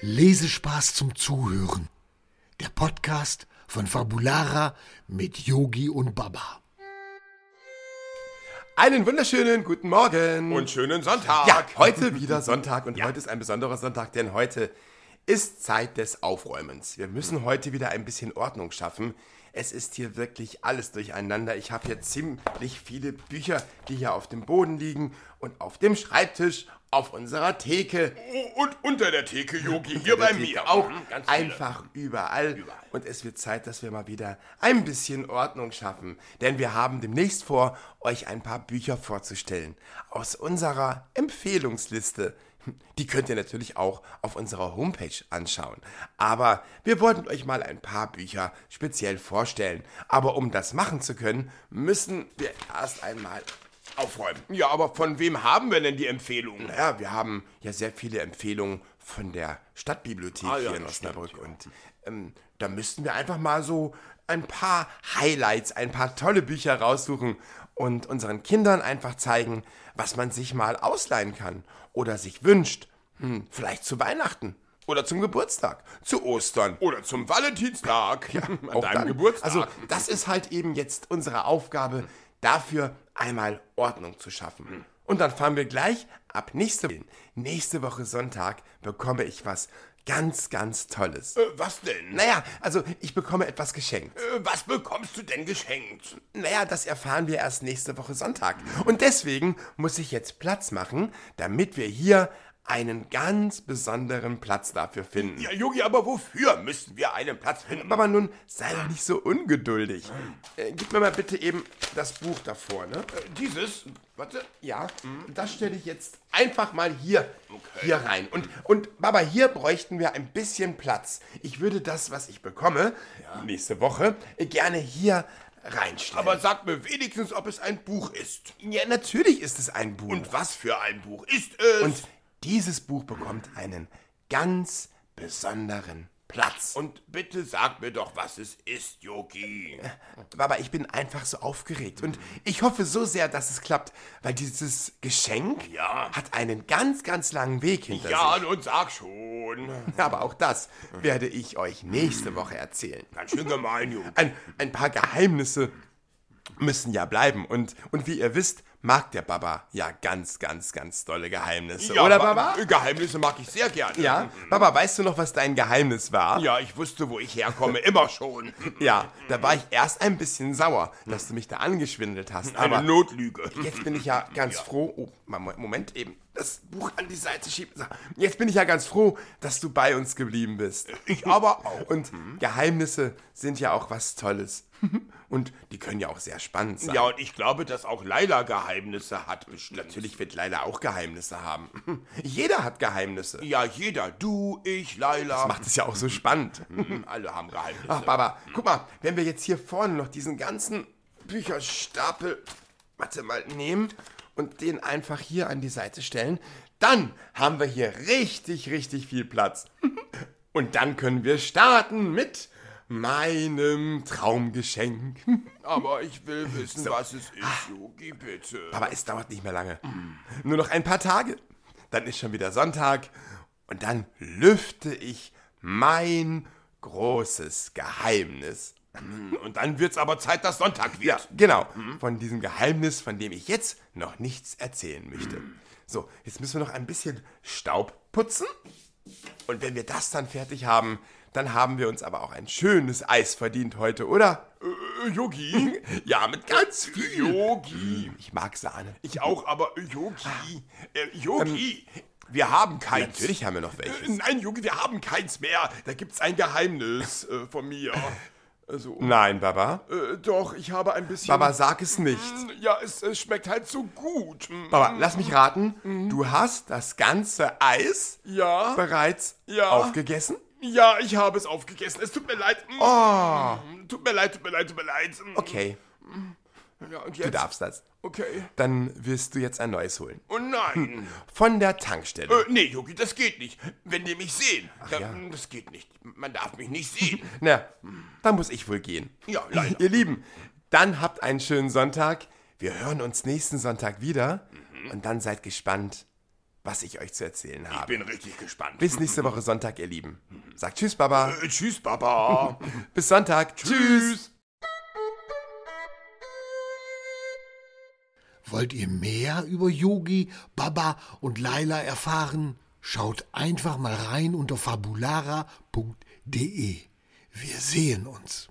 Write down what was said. Lesespaß zum Zuhören. Der Podcast von Fabulara mit Yogi und Baba. Einen wunderschönen guten Morgen. Und schönen Sonntag. ja, heute wieder Sonntag und heute ist ein besonderer Sonntag, denn heute ist Zeit des Aufräumens. Wir müssen heute wieder ein bisschen Ordnung schaffen. Es ist hier wirklich alles durcheinander. Ich habe hier ziemlich viele Bücher, die hier auf dem Boden liegen und auf dem Schreibtisch, auf unserer Theke. Und unter der Theke, Yogi, hier bei mir. Auch Mhm, ganz viele. einfach überall. Und es wird Zeit, dass wir mal wieder ein bisschen Ordnung schaffen. Denn wir haben demnächst vor, euch ein paar Bücher vorzustellen. Aus unserer Empfehlungsliste. Die könnt ihr natürlich auch auf unserer Homepage anschauen. Aber wir wollten euch mal ein paar Bücher speziell vorstellen. Aber um das machen zu können, müssen wir erst einmal aufräumen. Ja, aber von wem haben wir denn die Empfehlung? Ja, wir haben ja sehr viele Empfehlungen von der Stadtbibliothek Ah, ja, hier in das stimmt, Osnabrück. Und ähm, da müssten wir einfach mal so ein paar Highlights, ein paar tolle Bücher raussuchen und unseren Kindern einfach zeigen, was man sich mal ausleihen kann oder sich wünscht. Hm, vielleicht zu Weihnachten oder zum Geburtstag, zu Ostern. Oder zum Valentinstag? Ja, an Auch deinem dann. Geburtstag. Also das ist halt eben jetzt unsere Aufgabe, dafür einmal Ordnung zu Hm. schaffen. Und dann fahren wir gleich ab nächste Woche. Nächste Woche Sonntag bekomme ich was ganz, ganz Tolles. äh, was denn? Naja, also ich bekomme etwas geschenkt. Äh, was bekommst du denn geschenkt? Naja, das erfahren wir erst nächste Woche Sonntag. Und deswegen muss ich jetzt Platz machen, damit wir hier einen ganz besonderen Platz dafür finden. Ja, Yogi, aber wofür müssen wir einen Platz finden? Aber nun, sei doch nicht so ungeduldig. Äh, gib mir mal bitte eben das Buch davor, ne? Äh, Dieses, warte, Ja, das stelle ich jetzt einfach mal hier, hier rein. Und, und Baba, hier bräuchten wir ein bisschen Platz. Ich würde das, was ich bekomme, nächste Woche, äh, gerne hier reinstellen. aber sag mir wenigstens, ob es ein Buch ist. ja, natürlich ist es ein Buch. Und was für ein Buch ist es? Und dieses Buch bekommt einen ganz besonderen Platz. Und bitte sag mir doch, was es ist, Yogi. Baba, ich bin einfach so aufgeregt. Und ich hoffe so sehr, dass es klappt, weil dieses Geschenk Ja. hat einen ganz, ganz langen Weg hinter sich. Ja, nun sag schon. Aber auch das werde ich euch nächste Woche erzählen. Ganz schön gemein, Yogi. Ein, ein paar Geheimnisse müssen ja bleiben. Und, und wie ihr wisst, mag der Baba ja ganz, ganz, ganz tolle Geheimnisse. Ja, Oder aber Baba? Geheimnisse mag ich sehr gerne. Ja? Baba, weißt du noch, was dein Geheimnis war? Ja, ich wusste, wo ich herkomme, immer schon. Ja, da war ich erst ein bisschen sauer, dass du mich da angeschwindelt hast. Eine Aber Notlüge. Jetzt bin ich ja ganz froh. Oh, mal- Mo- Moment eben. Das Buch an die Seite schieben. So, Jetzt bin ich ja ganz froh, dass du bei uns geblieben bist. Ich aber auch. Mhm. Und Geheimnisse sind ja auch was Tolles. Und die können ja auch sehr spannend sein. Ja, und ich glaube, dass auch Leila Geheimnisse hat, bestimmt. Natürlich wird Leila auch Geheimnisse haben. Jeder hat Geheimnisse. Ja, jeder. Du, ich, Das Ah. Leila. macht es ja auch so spannend. Hm, Alle haben Geheimnisse. Ach, Baba, guck mal, wenn wir jetzt hier vorne noch diesen ganzen Bücherstapel, warte mal, nehmen und den einfach hier an die Seite stellen, dann haben wir hier richtig, richtig viel Platz. Und dann können wir starten mit meinem Traumgeschenk. Aber ich will wissen, was es ist, Yogi, bitte. Aber es dauert nicht mehr lange. Nur noch ein paar Tage. Dann ist schon wieder Sonntag. Und dann lüfte ich mein großes Geheimnis. Und dann wird's aber Zeit, dass Sonntag Ja, wird. genau. Von diesem Geheimnis, von dem ich jetzt noch nichts erzählen möchte. So, jetzt müssen wir noch ein bisschen Staub putzen. Und wenn wir das dann fertig haben, dann haben wir uns aber auch ein schönes Eis verdient heute, oder? Äh, Yogi? Ja, mit ganz viel. Yogi. Ich mag Sahne. Ich auch, aber äh, Yogi. Äh, Yogi, wir haben keins. Natürlich haben wir noch welches. Äh, Nein, Yogi, wir haben keins mehr. Da gibt's ein Geheimnis äh, von mir. Also, Nein, Baba. äh, doch, ich habe ein bisschen... Baba, sag es nicht. Ja, es, äh, schmeckt halt so gut. Hm, Baba, lass mich raten. Du hast das ganze Eis Ja, bereits Ja. aufgegessen? ja, ich habe es aufgegessen. Es tut mir leid. Hm, Oh, Tut mir leid, tut mir leid, tut mir leid. Hm, okay. Ja, und Du jetzt? darfst das. Okay. Dann wirst du jetzt ein neues holen. Oh nein. Hm. Von der Tankstelle. Äh, nee, Yogi, das geht nicht. Wenn die mich sehen. dann- ja. Das geht nicht. Man darf mich nicht sehen. Na, da muss ich wohl gehen. Ja, leider. Ihr Lieben, dann habt einen schönen Sonntag. Wir hören uns nächsten Sonntag wieder. Und dann seid gespannt, was ich euch zu erzählen Ich habe. bin richtig gespannt. Bis nächste Woche Sonntag, ihr Lieben. Sagt Tschüss, Baba. äh, tschüss, Baba. Bis Sonntag. tschüss. Wollt ihr mehr über Yogi, Baba und Laila erfahren? Schaut einfach mal rein unter fabulara.de. Wir sehen uns.